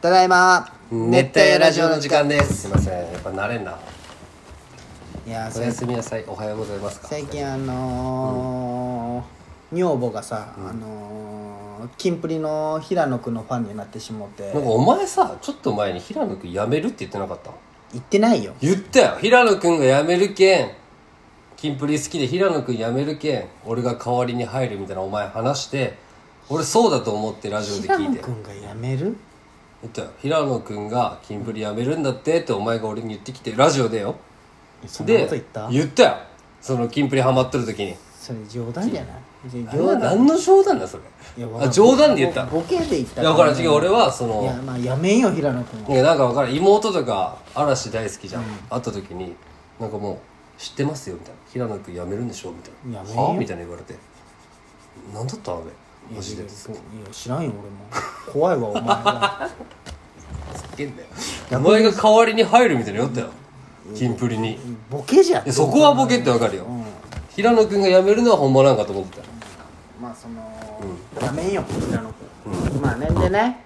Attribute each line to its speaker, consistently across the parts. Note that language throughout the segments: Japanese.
Speaker 1: ただいま
Speaker 2: 熱帯夜ラジオの時間ですすいませんやっぱ慣れんない
Speaker 1: や
Speaker 2: お
Speaker 1: 最
Speaker 2: や
Speaker 1: 近
Speaker 2: すみなさいおはようございますか
Speaker 1: 最近あのー女房がさ、あのーキンプリの平野くんのファンになってしもて
Speaker 2: なんかお前さちょっと前に平野くん辞めるって言ってなかった
Speaker 1: 言ってないよ
Speaker 2: 言ったよ平野くんが辞めるけんキンプリ好きで平野くん辞めるけん俺が代わりに入るみたいなお前話して俺そうだと思ってラジオで
Speaker 1: 平
Speaker 2: 聞い
Speaker 1: 野
Speaker 2: て
Speaker 1: くんが辞める
Speaker 2: 言ったよ平野くんがキンプリ辞めるんだってってお前が俺に言ってきてラジオでよ
Speaker 1: そんな
Speaker 2: で
Speaker 1: こと言った
Speaker 2: 言ったよそのキンプリハマってる時に
Speaker 1: それ冗談じゃない別に
Speaker 2: あれは
Speaker 1: 冗談
Speaker 2: 何の冗談だそれ
Speaker 1: いやわか
Speaker 2: あ
Speaker 1: ん
Speaker 2: 冗談で言った
Speaker 1: ボボケで言った
Speaker 2: だから違う俺はそ
Speaker 1: いや
Speaker 2: の
Speaker 1: まあやめんよ平野くんはい
Speaker 2: やなんか分からん妹とか嵐大好きじゃん、会った時になんかもう知ってますよみたいな平野君辞めるんでしょみたいな
Speaker 1: やめよ
Speaker 2: はみたいな言われて何だったあれマジで
Speaker 1: いや
Speaker 2: すっ
Speaker 1: 知らんよ俺も怖いわお前は
Speaker 2: げえんだよお前が代わりに入るみたいなのよったよキンプリにい
Speaker 1: ボケじゃん
Speaker 2: やそこはボケって分かるよ平野君が辞めるのはほんまなんかと思ってたよ
Speaker 1: まあその、やめんよこちらの、まあねんでね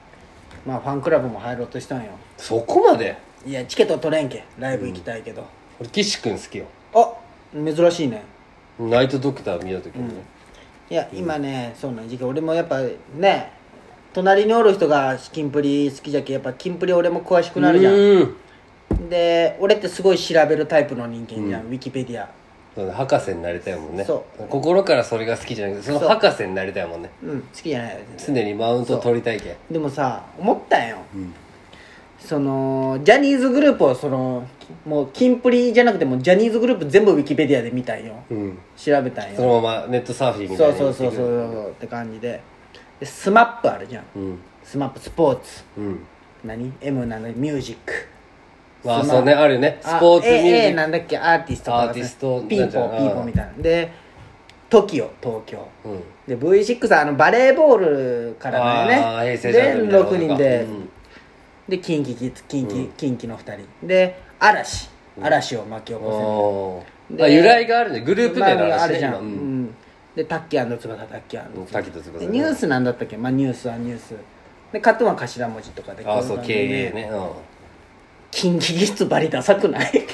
Speaker 1: まあファンクラブも入ろうとしたんよ
Speaker 2: そこまで
Speaker 1: いやチケット取れんけライブ行きたいけど、
Speaker 2: 俺岸君好きよ
Speaker 1: あ珍しいね
Speaker 2: ナイトドクター見た時にね、
Speaker 1: いや今ね、そうなん時期俺もやっぱね隣におる人がキンプリ好きじゃけやっぱキンプリ俺も詳しくなるじゃん
Speaker 2: うーん
Speaker 1: で俺ってすごい調べるタイプの人間じゃん、ウィキペディア
Speaker 2: そうね博士になりたいもんね
Speaker 1: そ
Speaker 2: 心からそれが好きじゃなくてその博士になりたいもんね
Speaker 1: うん好きじゃない
Speaker 2: 常にマウントを取りたいけん
Speaker 1: でもさ思ったんよ、そのジャニーズグループをそのもうキンプリじゃなくてもジャニーズグループ全部ウィキペディアで見たんよ、
Speaker 2: うん
Speaker 1: 調べたん
Speaker 2: そ
Speaker 1: よ
Speaker 2: のままネットサーフィンみた
Speaker 1: そ
Speaker 2: いうに
Speaker 1: そうそうそう
Speaker 2: う
Speaker 1: そうって感じででスマップあるじゃん、
Speaker 2: うん
Speaker 1: スマップスポーツ
Speaker 2: うん
Speaker 1: 何 ?M なのミュージック
Speaker 2: まあ
Speaker 1: スマ
Speaker 2: そうねあるよねスポーツミュージ
Speaker 1: A
Speaker 2: ック
Speaker 1: なんだっけアーティストとかね
Speaker 2: アーティスト
Speaker 1: ピー
Speaker 2: なんじゃ
Speaker 1: ポ
Speaker 2: な
Speaker 1: ー
Speaker 2: い
Speaker 1: ピーポーみたいなで TOKIO 東京
Speaker 2: うん
Speaker 1: で V6 はあのバレーボールからだよね
Speaker 2: あー平成ジャ
Speaker 1: で
Speaker 2: ンプみたいなこと
Speaker 1: 6
Speaker 2: か
Speaker 1: 人で、
Speaker 2: うん
Speaker 1: でキンキキキンキ、キンキの2人で嵐嵐を巻き起こ
Speaker 2: おー
Speaker 1: で
Speaker 2: あ由来があるねグ
Speaker 1: せ
Speaker 2: ル
Speaker 1: る
Speaker 2: ープ名の
Speaker 1: まああ
Speaker 2: 話
Speaker 1: る
Speaker 2: ね
Speaker 1: じゃん、
Speaker 2: 今う
Speaker 1: うん
Speaker 2: ん
Speaker 1: でタッキー翼タッキー
Speaker 2: うん滝と翼
Speaker 1: で
Speaker 2: ね
Speaker 1: ニュースなんだったっけまあニュースはニュースでカットは頭文字とかで
Speaker 2: ああそ
Speaker 1: この
Speaker 2: う
Speaker 1: 番組
Speaker 2: KA ねう
Speaker 1: キンキキッズバリダサくない
Speaker 2: ん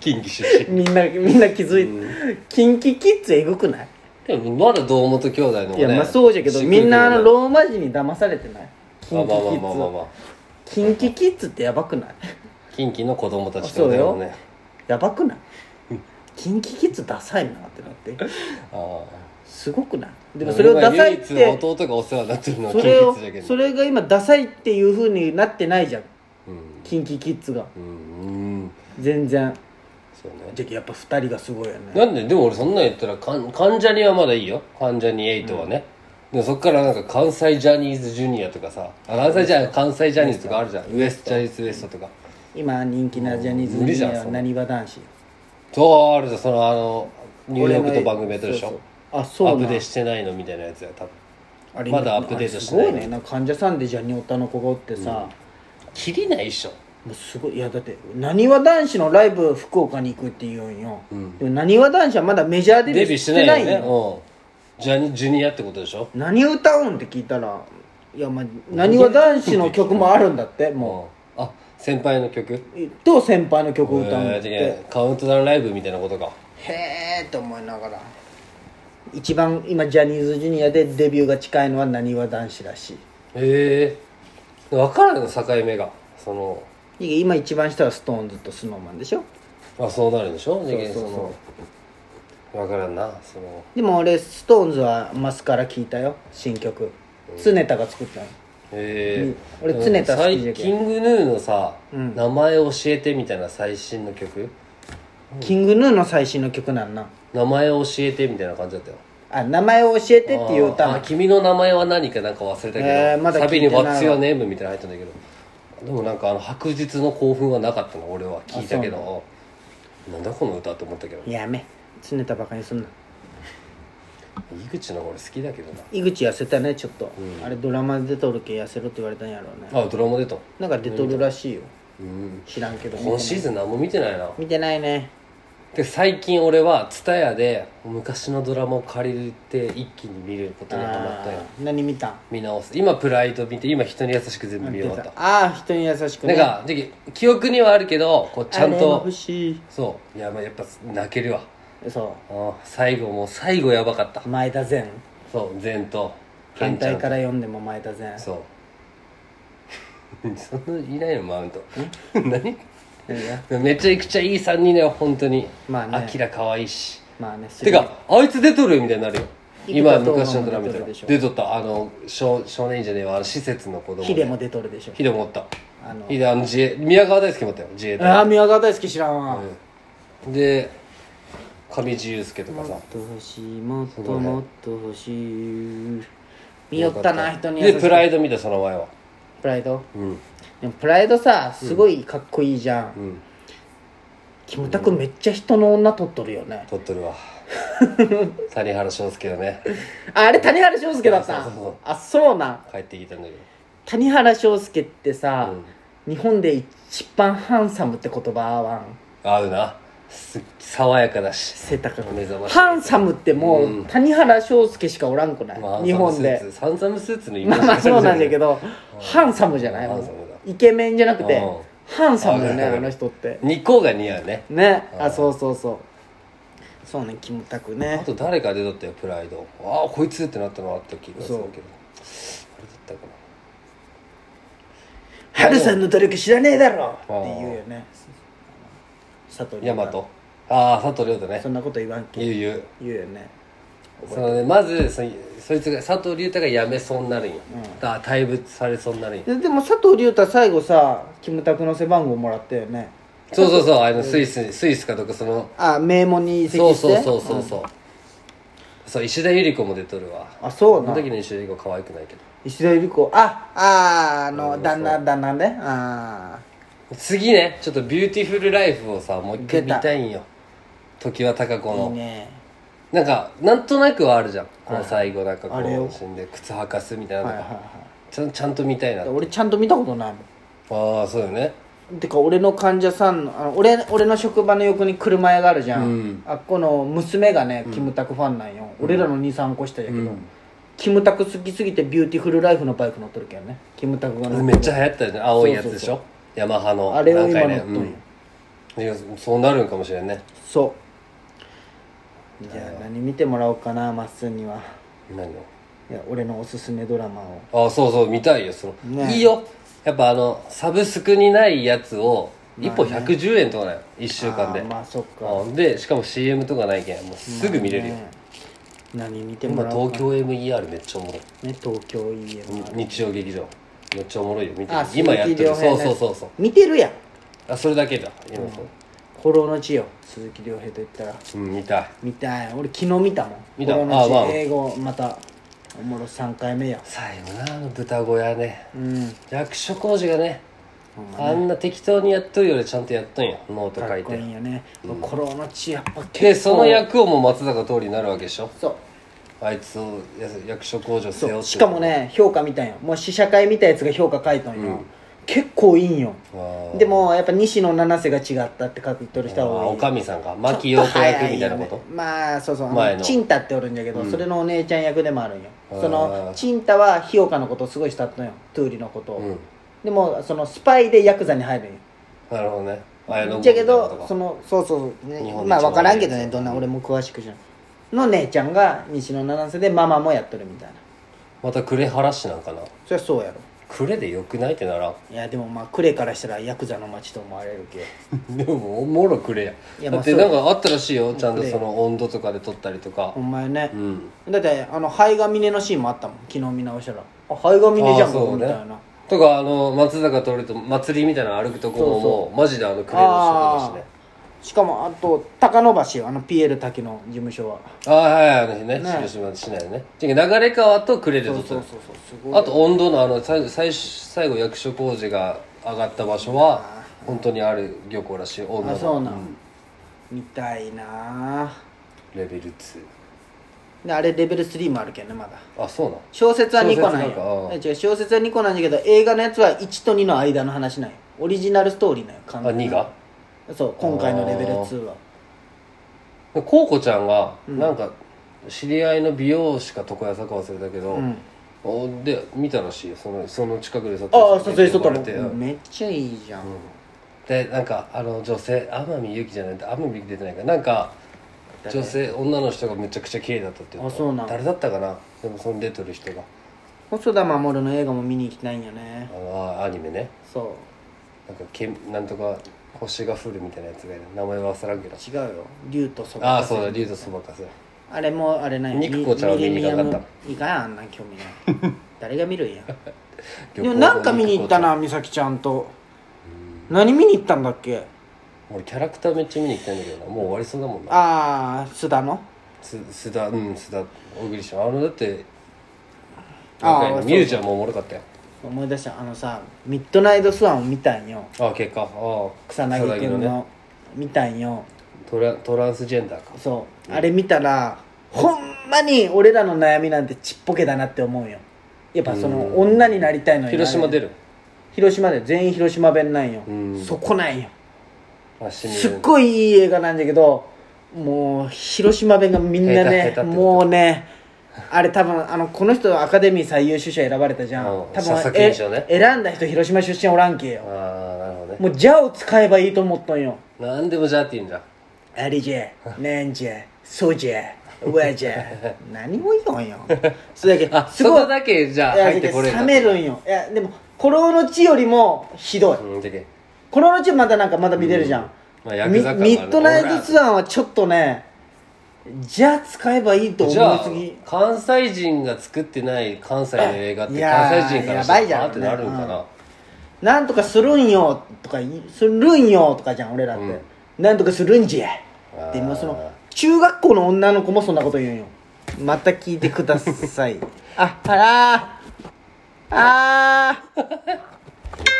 Speaker 2: 近畿出身
Speaker 1: みんなみんな気づいてキンキキッズエグくない
Speaker 2: でもまだ堂本兄弟のも
Speaker 1: い
Speaker 2: ね
Speaker 1: やまあそうじゃけど
Speaker 2: しっく
Speaker 1: み
Speaker 2: り
Speaker 1: んなあの
Speaker 2: くるよ
Speaker 1: ローマ字に騙されてないキンキキ
Speaker 2: ねまあまあまあまあま
Speaker 1: ッ
Speaker 2: あまあ
Speaker 1: ズキンキキッズってやばくない
Speaker 2: 近畿の子供たちって
Speaker 1: そ
Speaker 2: こ
Speaker 1: う
Speaker 2: とだもん
Speaker 1: よ
Speaker 2: ね
Speaker 1: やばくないキンキキッズダサいなってなって
Speaker 2: ああ
Speaker 1: すごくないでもそれをダサいっ
Speaker 2: 今
Speaker 1: て
Speaker 2: 唯一弟がお世話になってるのは
Speaker 1: それを
Speaker 2: 近畿だけど
Speaker 1: それが今ダサいっていうふうになってないじゃん
Speaker 2: うん
Speaker 1: キンキキッズが
Speaker 2: うんうん
Speaker 1: 全然
Speaker 2: そうね
Speaker 1: じゃあやっぱ2人がすごいよね
Speaker 2: なんででも俺そんなん言ったらかん関ジャニはまだいいよ関ジャニ8はね、でもそっからなんか関西ジャニーズジュニアとかさあ関西ジャ関西ジャニーズとかあるじゃんウエストジャニーズウエストとか
Speaker 1: 今人気なジャニーズ
Speaker 2: 無理
Speaker 1: に
Speaker 2: じゃん
Speaker 1: は
Speaker 2: そん
Speaker 1: な
Speaker 2: な
Speaker 1: にわ男子
Speaker 2: そうあるじゃんそのあのニューヨークと番組やってるでしょ
Speaker 1: そうそうあそう
Speaker 2: ア
Speaker 1: な
Speaker 2: ップデートしてないのみたいなやつや多分
Speaker 1: あれ
Speaker 2: まだアップデートして
Speaker 1: あ
Speaker 2: ない
Speaker 1: れすごいねなんか患者さんでジャニオタの子がおってさ、
Speaker 2: 切りないっしょ
Speaker 1: もうすごいいやだってなにわ男子のライブ福岡に行くって言うんよ、
Speaker 2: ん
Speaker 1: でもなにわ男子はまだメジャーデビュ
Speaker 2: デ
Speaker 1: ー
Speaker 2: ビュー
Speaker 1: し
Speaker 2: して
Speaker 1: て
Speaker 2: な
Speaker 1: ないい
Speaker 2: よ
Speaker 1: ん
Speaker 2: ね
Speaker 1: よ
Speaker 2: うんジャニジュニアってことでしょ
Speaker 1: 何歌うんって聞いたらいやまあなにわ男子の曲もあるんだっても
Speaker 2: うんあ先輩の曲
Speaker 1: うと先輩の曲を歌うんだ
Speaker 2: え
Speaker 1: っ
Speaker 2: ー
Speaker 1: て
Speaker 2: じゃあカウントダウンライブみたいなことか
Speaker 1: へえと思いながら一番今ジャニーズジュニアでデビューが近いのはなにわ男子らし
Speaker 2: へえ分からんの境目がその
Speaker 1: いいや今一番下はストーンズとスノーマンでしょ
Speaker 2: あそうなるんでしょ
Speaker 1: そうそうそう
Speaker 2: 分からんなその
Speaker 1: でも俺ストーンズはマスから聞いたよ新曲常田が作ったの
Speaker 2: へえ
Speaker 1: うん俺常田好きじゃけん
Speaker 2: 最キングヌーのさ、
Speaker 1: うん
Speaker 2: 名前教えてみたいな最新の曲
Speaker 1: キングヌーの最新の曲なんな
Speaker 2: 名前教えてみたいな感じだったよ
Speaker 1: あ名前を教えてっていう歌
Speaker 2: あーあ
Speaker 1: も
Speaker 2: 君の名前は何かなんか忘れたけど、
Speaker 1: えーまだ聞い
Speaker 2: サ
Speaker 1: て
Speaker 2: ビ
Speaker 1: な
Speaker 2: に
Speaker 1: い
Speaker 2: 「
Speaker 1: わ
Speaker 2: What's your name」みたいなの入ったんだけどでもなんかあの白日の興奮はなかったの俺は聞いたけどなんだこの歌って思ったけど
Speaker 1: やめ常田バカにすんな
Speaker 2: 井口の俺好きだけどな
Speaker 1: 井口痩せたねちょっと、あれドラマで出とるけ痩せろって言われたんやろうね
Speaker 2: あドラマ出た
Speaker 1: なんか出とるらしいよ
Speaker 2: うん
Speaker 1: 知らんけど
Speaker 2: 今シーズン何も見てないな
Speaker 1: 見てないね
Speaker 2: でで最近俺は TSUTAYA で昔のドラマを借りて一気に見ることにハマったよ
Speaker 1: あー何見たん
Speaker 2: 見直す今プライド見て今人に優しく全部見終わった
Speaker 1: ああ人に優しく
Speaker 2: な
Speaker 1: ね
Speaker 2: んかで記憶にはあるけどこうちゃん
Speaker 1: あれも
Speaker 2: と
Speaker 1: 欲しい
Speaker 2: そういやまあやっぱ泣けるわ
Speaker 1: そ
Speaker 2: ああ最後もう最後やばかった
Speaker 1: う前田善
Speaker 2: そう前とケ
Speaker 1: 反
Speaker 2: ンちゃん
Speaker 1: 対
Speaker 2: と
Speaker 1: から読んでも前田善
Speaker 2: そう そんないないのマウント 何
Speaker 1: 何が
Speaker 2: めちゃくちゃいい3人だよ本当に
Speaker 1: まあね
Speaker 2: アキラ可愛いし
Speaker 1: まあね
Speaker 2: てかあいつ出とるみたいになるよ
Speaker 1: 生
Speaker 2: 今
Speaker 1: 田斗真も
Speaker 2: 昔のドラマ見たら
Speaker 1: 出とるでしょ
Speaker 2: 出とったあの少少年院じゃねえわあの施設の子供
Speaker 1: ヒデも出とるでしょ
Speaker 2: ヒデもおった
Speaker 1: あの
Speaker 2: ヒデあの自衛宮川大輔もおったよ自衛隊
Speaker 1: ああ宮川大輔知らんわ、
Speaker 2: で上地雄介とかさ
Speaker 1: もっと欲しいもっともっと欲しい見よったな人に
Speaker 2: でプラ
Speaker 1: イ
Speaker 2: イド見たその前は
Speaker 1: プライド
Speaker 2: うん
Speaker 1: でもプライドさすごいかっこいいじゃん、
Speaker 2: うん
Speaker 1: キムタクめっちゃ人の女取っとるよね、
Speaker 2: 撮っとるわ 谷原章介だね
Speaker 1: ああれ谷原章介だった
Speaker 2: そうそうそう
Speaker 1: あそうなん
Speaker 2: 帰ってきたんだけど
Speaker 1: 谷原章介ってさ、
Speaker 2: うん
Speaker 1: 日本で一番ハンサムって言葉合わん
Speaker 2: 合うなす爽やかだし
Speaker 1: 背高く
Speaker 2: 目覚ましい
Speaker 1: ハンサムってもう、
Speaker 2: うん
Speaker 1: 谷原章介しかおらんくない、
Speaker 2: まあ
Speaker 1: 日本で
Speaker 2: サンサムスーツサンサムスーツのイメ
Speaker 1: ま
Speaker 2: ー
Speaker 1: あ
Speaker 2: ジ
Speaker 1: まあそうなんだけ
Speaker 2: ど
Speaker 1: ど、ハンサムじゃない
Speaker 2: ハ
Speaker 1: も
Speaker 2: ンサムだ
Speaker 1: うイケメンじゃなくて、
Speaker 2: うん
Speaker 1: ハンサムよね
Speaker 2: あ
Speaker 1: あ
Speaker 2: る
Speaker 1: の人って
Speaker 2: 二個が似合うね
Speaker 1: ねあ
Speaker 2: うん
Speaker 1: そうそうそうそうねキムタク
Speaker 2: あ
Speaker 1: ね
Speaker 2: と誰か出とったよプライドああこいつってなったのはあった気がするけどあれだったか
Speaker 1: ハルさんの努力知らねえだろって言うよね佐藤
Speaker 2: なヤマトああ佐藤亮だね
Speaker 1: そんなこと言わんけ
Speaker 2: ゆうゆう
Speaker 1: 言うよね
Speaker 2: そのねまずそそいつが佐藤隆太がやめそうになるんよ、だから退部されそうになるんよ
Speaker 1: ででも佐藤隆太最後さキムタクの背番号もらったよね
Speaker 2: そうそうそうあのスイススイスかどっかその
Speaker 1: あ名門に移籍
Speaker 2: そう
Speaker 1: して
Speaker 2: そうそうそううそう、そう石田ゆり子も出とるわ
Speaker 1: あそう
Speaker 2: そ
Speaker 1: な
Speaker 2: の時の石田ゆり子可愛くないけど
Speaker 1: 石田ゆり子ああーあの
Speaker 2: うん
Speaker 1: 旦那旦那ねああ
Speaker 2: 次ねちょっとビューティフルライフをさもう一回見
Speaker 1: 出た
Speaker 2: たいんよ時は貴子
Speaker 1: いい
Speaker 2: の
Speaker 1: ね
Speaker 2: なんかなんとなくはあるじゃんこの最後なんかこ
Speaker 1: あれよ
Speaker 2: う死んで靴履かすみたいな
Speaker 1: は
Speaker 2: の
Speaker 1: いはい
Speaker 2: が
Speaker 1: はい
Speaker 2: ちゃんちゃんと見たいなあ
Speaker 1: 俺ちゃんと見たことないも
Speaker 2: あそうよね
Speaker 1: んてか俺の患者さんのあの俺俺の職場の横に車屋があるじゃん、
Speaker 2: うん
Speaker 1: あっこの娘がねキムタクファンなんよ、俺らの23個下やけど、キムタク好きすぎてビューティフルライフのバイク乗っとるけんねキムタクが乗っとる
Speaker 2: めっちゃ流行ったよね青いやつでしょヤマハの
Speaker 1: あれを
Speaker 2: なんか
Speaker 1: 今乗
Speaker 2: ね
Speaker 1: っとるよ、
Speaker 2: うんいやそうなるんかもしれんね
Speaker 1: そうじゃあ何見てもらおうかなまっすーには
Speaker 2: 何を
Speaker 1: いや俺のおすすめドラマを
Speaker 2: あそうそう見たいよその、
Speaker 1: ね
Speaker 2: いいよやっぱあのサブスクにないやつを1本110円とかなんよ1週間で、
Speaker 1: あーまあそっか、
Speaker 2: うんでしかも CM とかないけんもうすぐ見れるよ、
Speaker 1: ね何見ても
Speaker 2: 今
Speaker 1: らおうか
Speaker 2: 東京 MER めっちゃおもろい
Speaker 1: ね東京 EM
Speaker 2: 日曜劇場めっちゃおもろいよ見て
Speaker 1: あ
Speaker 2: 今やってる
Speaker 1: 鈴木亮
Speaker 2: そ
Speaker 1: 平
Speaker 2: う
Speaker 1: ね
Speaker 2: そうそうそう
Speaker 1: 見てるやん
Speaker 2: あそれだけだ今そう
Speaker 1: 古老の地よ鈴木亮平と言ったら
Speaker 2: うん見たい
Speaker 1: 見たい俺昨日見たもん
Speaker 2: 見た
Speaker 1: 古老の地
Speaker 2: あまあ
Speaker 1: 英語またおもろ3回目や
Speaker 2: 最後なあの豚小屋ね
Speaker 1: うん
Speaker 2: 役所広司がね
Speaker 1: ほん
Speaker 2: あんな適当にやっとるよりちゃんとやっとんやノート
Speaker 1: か
Speaker 2: 書
Speaker 1: っ
Speaker 2: い
Speaker 1: こいい
Speaker 2: て
Speaker 1: よね古老の地やっぱ
Speaker 2: で
Speaker 1: 結構
Speaker 2: その役をもう松坂桃李になるわけでしょ
Speaker 1: そう
Speaker 2: あいつをや役所工場背負って
Speaker 1: しかもね評価見たんよもう試写会見たやつが評価書いたんよ、結構いいんよ
Speaker 2: わあ
Speaker 1: でもやっぱ西野七瀬が違ったって書いとる人
Speaker 2: あ
Speaker 1: は多い
Speaker 2: おかみさんか牧陽子役みたいなこと、
Speaker 1: まあそうそう
Speaker 2: 前
Speaker 1: あ
Speaker 2: の
Speaker 1: のチンタっておるんじゃけど、それのお姉ちゃん役でもあるんよ
Speaker 2: あー
Speaker 1: そのチンタは日岡のことをすごい慕ったのよトゥーリのことを、
Speaker 2: うん
Speaker 1: でもそのスパイでヤクザに入るんよ
Speaker 2: なるほどね綾野剛
Speaker 1: じゃけ
Speaker 2: みたい
Speaker 1: ど
Speaker 2: なこと
Speaker 1: そ
Speaker 2: か
Speaker 1: のそうそう、ね
Speaker 2: 日本、で
Speaker 1: まあ分からんけど
Speaker 2: 一
Speaker 1: ね
Speaker 2: 番
Speaker 1: どんな俺も詳しくじゃんの姉ちゃんが西野七瀬でママもやっとるみたいな
Speaker 2: また呉原市なんかな
Speaker 1: そりゃそうやろ
Speaker 2: 呉でよくないってならん
Speaker 1: いやでもまあクレからしたらヤクザの町と思われる け
Speaker 2: でもおもろくれや
Speaker 1: いやま
Speaker 2: だ
Speaker 1: あ
Speaker 2: って
Speaker 1: そう
Speaker 2: なんかあったらしいよちゃんと
Speaker 1: くれ
Speaker 2: そ
Speaker 1: よ
Speaker 2: の温度とかで撮ったりとか
Speaker 1: ほんまやね
Speaker 2: う、ん
Speaker 1: だってあの灰が峰のシーンもあったもん昨日見直したらあ灰が峰じゃ
Speaker 2: あ
Speaker 1: ん
Speaker 2: ーそう
Speaker 1: み
Speaker 2: ね
Speaker 1: たいな
Speaker 2: とかあの松坂桃李と祭りみたいなの歩くとこももうマジであの呉の人
Speaker 1: あ
Speaker 2: だしね
Speaker 1: ーしかもあと高野橋よあの PL 滝の事務所は
Speaker 2: ああはいはいあの日ね広島市内ねじゃあ流れ川と呉で撮った
Speaker 1: そうそ
Speaker 2: り
Speaker 1: うそうすごい
Speaker 2: あと温度のあの最後最初最後役所工事が上がった場所は本当にある漁港らしい温度
Speaker 1: あそう
Speaker 2: の
Speaker 1: なん、みたいなあ
Speaker 2: レベル2
Speaker 1: であれレベル3もあるけんねまだ
Speaker 2: あそうなん
Speaker 1: 小説は2個なん
Speaker 2: 小説なん
Speaker 1: よ
Speaker 2: か
Speaker 1: え違う小説は2個なんだけど映画のやつは1と2の間の話なんよオリジナルストーリーなんよ完
Speaker 2: あ
Speaker 1: 全に
Speaker 2: 2が
Speaker 1: そう今回のレベル2は
Speaker 2: でコウコちゃんがなんか知り合いの美容師か床屋さか忘れたけど、
Speaker 1: うん
Speaker 2: おで見たらしいよそのその近くで撮
Speaker 1: ああ撮影しとった
Speaker 2: 呼ばれて
Speaker 1: のめっちゃいいじゃん、
Speaker 2: でなんかあの女性天海祐希じゃない天海祐希出てないかなんか女性女の人がめちゃくちゃ綺麗だったっていう
Speaker 1: あそうなん
Speaker 2: 誰だったかなでもその出てる人が
Speaker 1: 細田守の映画も見に行きたいんよね
Speaker 2: あのアニメね
Speaker 1: そ
Speaker 2: なんかけなんとか星が降るみたいなやつがいる名前は忘らんけど
Speaker 1: う違うよ竜とそば
Speaker 2: ああ
Speaker 1: かせ
Speaker 2: そうだ竜とそばかせ
Speaker 1: あれもあれなんや
Speaker 2: 肉子ちゃんは見に行かなかった
Speaker 1: ミレニアムいかんあんなん興味 ない誰が見るんやでもなんか見に行ったな美咲ちゃんと何見に行ったんだっけ
Speaker 2: 俺キャラクターめっちゃ見に行きたいんだけどなもう終わりそうだもんな
Speaker 1: ああ須田の
Speaker 2: す須田うん須田小栗旬あのだって
Speaker 1: あー
Speaker 2: 若いの
Speaker 1: そう
Speaker 2: ミュージアムもおもろかったよ
Speaker 1: 思い出したあのさミッドナイトスワンを見たんよ
Speaker 2: ああ結果ああ
Speaker 1: 草薙君の
Speaker 2: ね
Speaker 1: 見たんよ
Speaker 2: トラトランスジェンダーか
Speaker 1: そうあれ見たらほんまに俺らの悩みなんてちっぽけだなって思うよやっぱその女になりたいのよ
Speaker 2: 広島出
Speaker 1: る
Speaker 2: る
Speaker 1: 広島で全員広島弁なんよ
Speaker 2: うん
Speaker 1: そこなんよ
Speaker 2: あしみ
Speaker 1: すっごいいい映画なんだけどもう広島弁がみんな
Speaker 2: 下手下手っ
Speaker 1: ね
Speaker 2: てこと
Speaker 1: もうねあれ多分あのこの人アカデミー最優秀賞選ばれたじゃん
Speaker 2: うん
Speaker 1: 多
Speaker 2: 佐々
Speaker 1: 分
Speaker 2: 木
Speaker 1: え
Speaker 2: 印象ね
Speaker 1: 選んだ人広島出身おらんけよ
Speaker 2: ああなるほどね
Speaker 1: もう「じゃ」を使えばいいと思ったん よ
Speaker 2: なんでもじゃあって言うんじゃん
Speaker 1: あれじゃ、なんじゃ、そうじゃ、わじ ゃ、何も言わんよ。それだ
Speaker 2: あ
Speaker 1: け、
Speaker 2: そこだけじゃあ
Speaker 1: いや
Speaker 2: 入ってこれ
Speaker 1: 冷めるんよ。いや、でも、コロの地よりもひどい。
Speaker 2: うんでけ
Speaker 1: コロの地まだなんかまだ見れるじゃん。
Speaker 2: まあヤクザ感がある
Speaker 1: ミミッドナイトツアーはちょっとね、じゃあ使えばいいと思
Speaker 2: じゃ
Speaker 1: い
Speaker 2: あ
Speaker 1: すぎ。
Speaker 2: 関西人が作ってない関西の映画って
Speaker 1: いやー
Speaker 2: 関西人からした
Speaker 1: やばいじ
Speaker 2: ら
Speaker 1: ゃん
Speaker 2: あーってなるんかな
Speaker 1: なんとかするんよとかいするんよとかじゃん俺らって、なんとかするんじゃ
Speaker 2: あー
Speaker 1: でもその中学校の女の子もそんなこと言うんよまた 聞いてくださいああらーあー